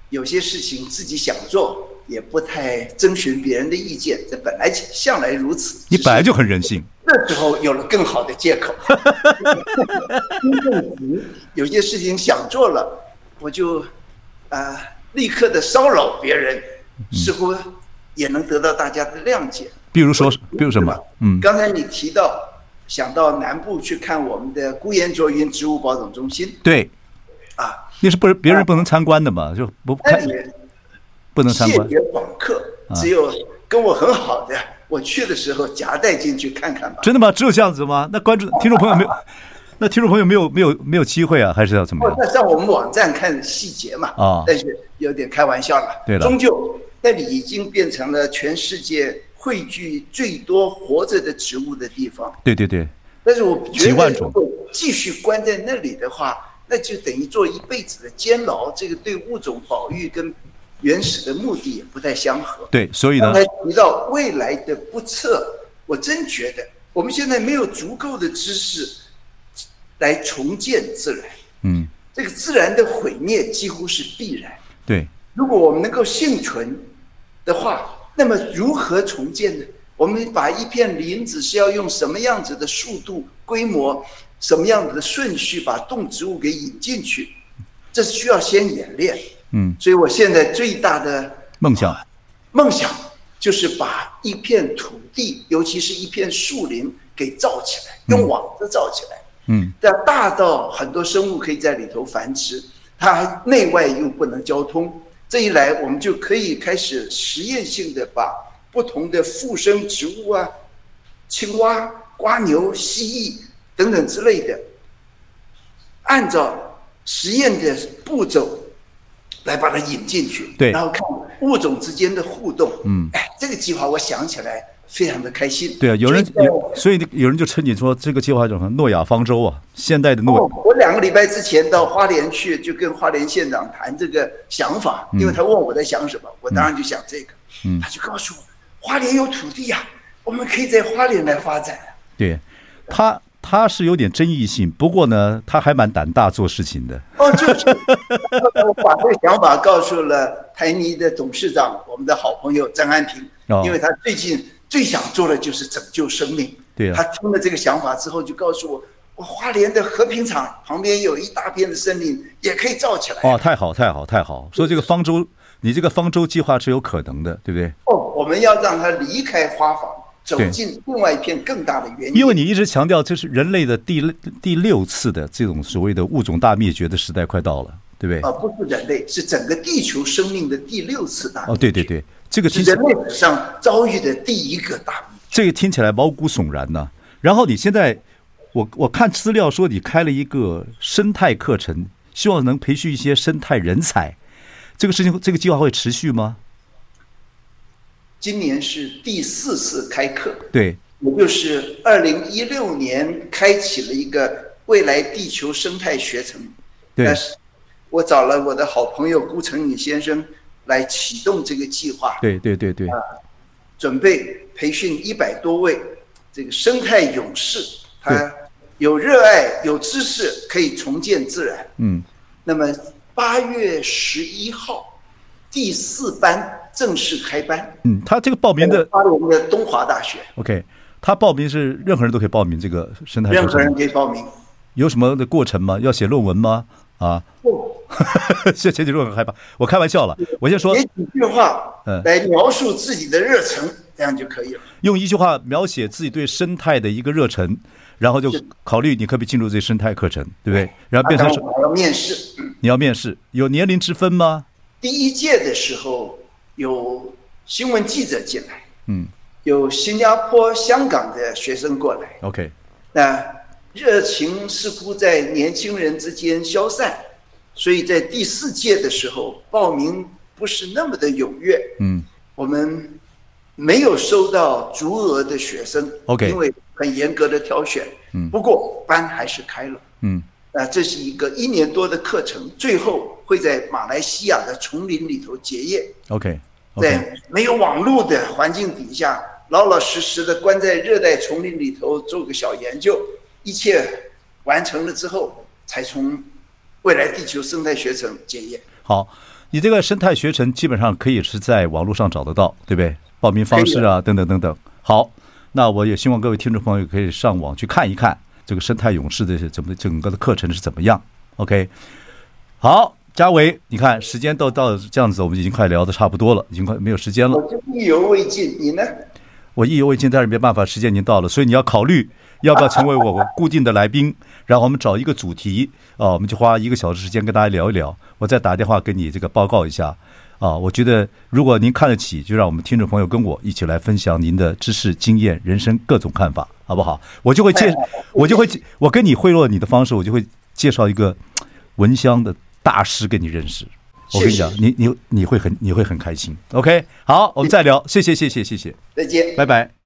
Speaker 3: 有些事情自己想做，也不太征询别人的意见。这本来向来如此，
Speaker 1: 你本来就
Speaker 3: 只是
Speaker 1: 很任性，
Speaker 3: 那时候有了更好的 借口。有些事情想做了，我就呃立刻的骚扰别人，
Speaker 1: 嗯
Speaker 3: 似乎也能得到大家的谅解。
Speaker 1: 比如说，比如什
Speaker 3: 是
Speaker 1: 么
Speaker 3: 吧？
Speaker 1: 嗯
Speaker 3: 刚才你提到想到南部去看我们的孤岩卓云植物保种中心
Speaker 1: 对，
Speaker 3: 啊，
Speaker 1: 那是不是别人不能参观的嘛？就不
Speaker 3: 那
Speaker 1: 看
Speaker 3: 里
Speaker 1: 不能参
Speaker 3: 谢
Speaker 1: 观。啊
Speaker 3: 绝访客，只有跟我很好的，我去的时候夹带进去看看吧。
Speaker 1: 真的吗？只有这样子吗？那观众听众朋友 没有，那听众朋友没有没有没有机会啊，还是要怎么
Speaker 3: 哦
Speaker 1: 样？
Speaker 3: 那上我们网站看细节嘛。
Speaker 1: 啊
Speaker 3: 但是有点开玩笑了。
Speaker 1: 对了
Speaker 3: 终究那里已经变成了全世界汇聚最多活着的植物的地方。
Speaker 1: 对对对，
Speaker 3: 但是我觉
Speaker 1: 几万
Speaker 3: 得，
Speaker 1: 种
Speaker 3: 如果继续关在那里的话，那就等于做一辈子的监牢，这个对物种保育跟原始的目的也不太相合。
Speaker 1: 对，所以呢
Speaker 3: 刚，才提到未来的不测，我真觉得我们现在没有足够的知识来重建自然，
Speaker 1: 嗯，
Speaker 3: 这个自然的毁灭几乎是必然。
Speaker 1: 对，
Speaker 3: 如果我们能够幸存的话，那么如何重建呢？我们把一片林子是要用什么样子的速度、规模、什么样子的顺序把动植物给引进去，这是需要先演练。
Speaker 1: 嗯，
Speaker 3: 所以我现在最大的
Speaker 1: 梦想，
Speaker 3: 梦想就是把一片土地，尤其是一片树林给造起来，用网子造起来。
Speaker 1: 嗯
Speaker 3: 但大到很多生物可以在里头繁殖，它内外又不能交通，这一来我们就可以开始实验性的把不同的附生植物啊、青蛙、瓜牛、蜥蜴等等之类的，按照实验的步骤来把它引进去，
Speaker 1: 对
Speaker 3: 然后看物种之间的互动。
Speaker 1: 嗯
Speaker 3: 哎，这个计划我想起来非常的开心。
Speaker 1: 对啊，有人
Speaker 3: 所以在
Speaker 1: 有，所以有人就称你说这个计划叫什么诺亚方舟啊，现代的诺，
Speaker 3: 哦，我两个礼拜之前到花莲去，就跟花莲县长谈这个想法，因为他问我在想什么，我当然就想这个。
Speaker 1: 嗯
Speaker 3: 他就告诉我，花莲有土地呀、啊我们可以在花莲来发展啊。
Speaker 1: 对，他他是有点争议性，不过呢，他还蛮胆大做事情的，
Speaker 3: 哦，就是， 我把这个想法告诉了台泥的董事长，我们的好朋友张安平
Speaker 1: 哦，
Speaker 3: 因为他最近最想做的就是拯救生命。
Speaker 1: 对啊
Speaker 3: 他听了这个想法之后，就告诉我，我花莲的和平厂旁边有一大片的森林，也可以造起来。啊
Speaker 1: 哦，太好太好太好，所以这个方舟，你这个方舟计划是有可能的，对不对？
Speaker 3: 哦，我们要让他离开花房，走
Speaker 1: 对
Speaker 3: 进另外一片更大的原野。
Speaker 1: 因为你一直强调，这是人类的第第六次的这种所谓的物种大灭绝的时代快到了，对不
Speaker 3: 啊、
Speaker 1: 对？
Speaker 3: 不是人类，是整个地球生命的第六次大灭
Speaker 1: 哦，对对对，这个
Speaker 3: 是
Speaker 1: 听起
Speaker 3: 人类史上遭遇的第一个大灭。
Speaker 1: 这个听起来毛骨悚然呐。然后你现在，我我看资料说你开了一个生态课程，希望能培训一些生态人才。这个事情，这个计划会持续吗？
Speaker 3: 今年是第四次开课，
Speaker 1: 对，
Speaker 3: 也就是二零一六年开启了一个未来地球生态学程。
Speaker 1: 对
Speaker 3: 但是我找了我的好朋友顾成宇先生来启动这个计划。
Speaker 1: 对对对
Speaker 3: 啊
Speaker 1: 对，
Speaker 3: 准备培训一百多位这个生态勇士，
Speaker 1: 对
Speaker 3: 他有热爱、有知识，可以重建自然。
Speaker 1: 嗯，
Speaker 3: 那么八月十一号，第四班正式开班，
Speaker 1: 嗯，他这个报名的
Speaker 3: 发我们的东华大学，
Speaker 1: OK，他报名是任何人都可以报名这个生态课
Speaker 3: 任何人
Speaker 1: 程，
Speaker 3: 可以报名。
Speaker 1: 有什么的过程吗？要写论文吗？啊？
Speaker 3: 哦，
Speaker 1: 谢前几周很害怕，我开玩笑了。我先说
Speaker 3: 写，哦几句话
Speaker 1: 嗯
Speaker 3: 来描述自己的热忱，这样就可以了。
Speaker 1: 用一句话描写自己对生态的一个热忱，然后就是考虑你可不可以进入这生态课程，对不对？然后变成
Speaker 3: 啊
Speaker 1: 是
Speaker 3: 当然我还要面试。嗯
Speaker 1: 你要面试，有年龄之分吗？
Speaker 3: 第一届的时候，有新闻记者进来，
Speaker 1: 嗯
Speaker 3: 有新加坡、香港的学生过来。
Speaker 1: ，OK，
Speaker 3: 那热情似乎在年轻人之间消散，所以在第四届的时候报名不是那么的踊跃。
Speaker 1: 嗯，
Speaker 3: 我们没有收到足额的学生
Speaker 1: OK
Speaker 3: 因为很严格的挑选。
Speaker 1: 嗯
Speaker 3: 不过班还是开了。
Speaker 1: 嗯
Speaker 3: 啊，这是一个一年多的课程，最后会在马来西亚的丛林里头结业。
Speaker 1: ，OK，
Speaker 3: 在没有网络的环境底下，老老实实的关在热带丛林里头做个小研究，一切完成了之后，才从未来地球生态学城结业。
Speaker 1: 好，你这个生态学程基本上可以是在网络上找得到，对不对？报名方式啊，等等等等。好，那我也希望各位听众朋友可以上网去看一看这个生态勇士的怎么整个的课程是怎么样。OK，好，嘉伟，你看时间都到这样子，我们已经快聊的差不多了，已经快没有时间了
Speaker 3: 我。就意犹未尽，你呢？
Speaker 1: 我意犹未尽，但是没办法，时间已经到了，所以你要考虑要不要成为我固定的来宾，然后我们找一个主题啊，我们就花一个小时时间跟大家聊一聊，我再打电话跟你这个报告一下啊。我觉得如果您看得起，就让我们听众朋友跟我一起来分享您的知识、经验、人生各种看法，好不好？我就会介，我就会介我跟你贿赂你的方式，我就会介绍一个蚊香的大师给你认识。我跟你讲
Speaker 3: 谢，
Speaker 1: 你你你会很你会很开心。OK，好，我们再聊，谢谢谢谢谢谢，
Speaker 3: 再见。
Speaker 1: 拜拜。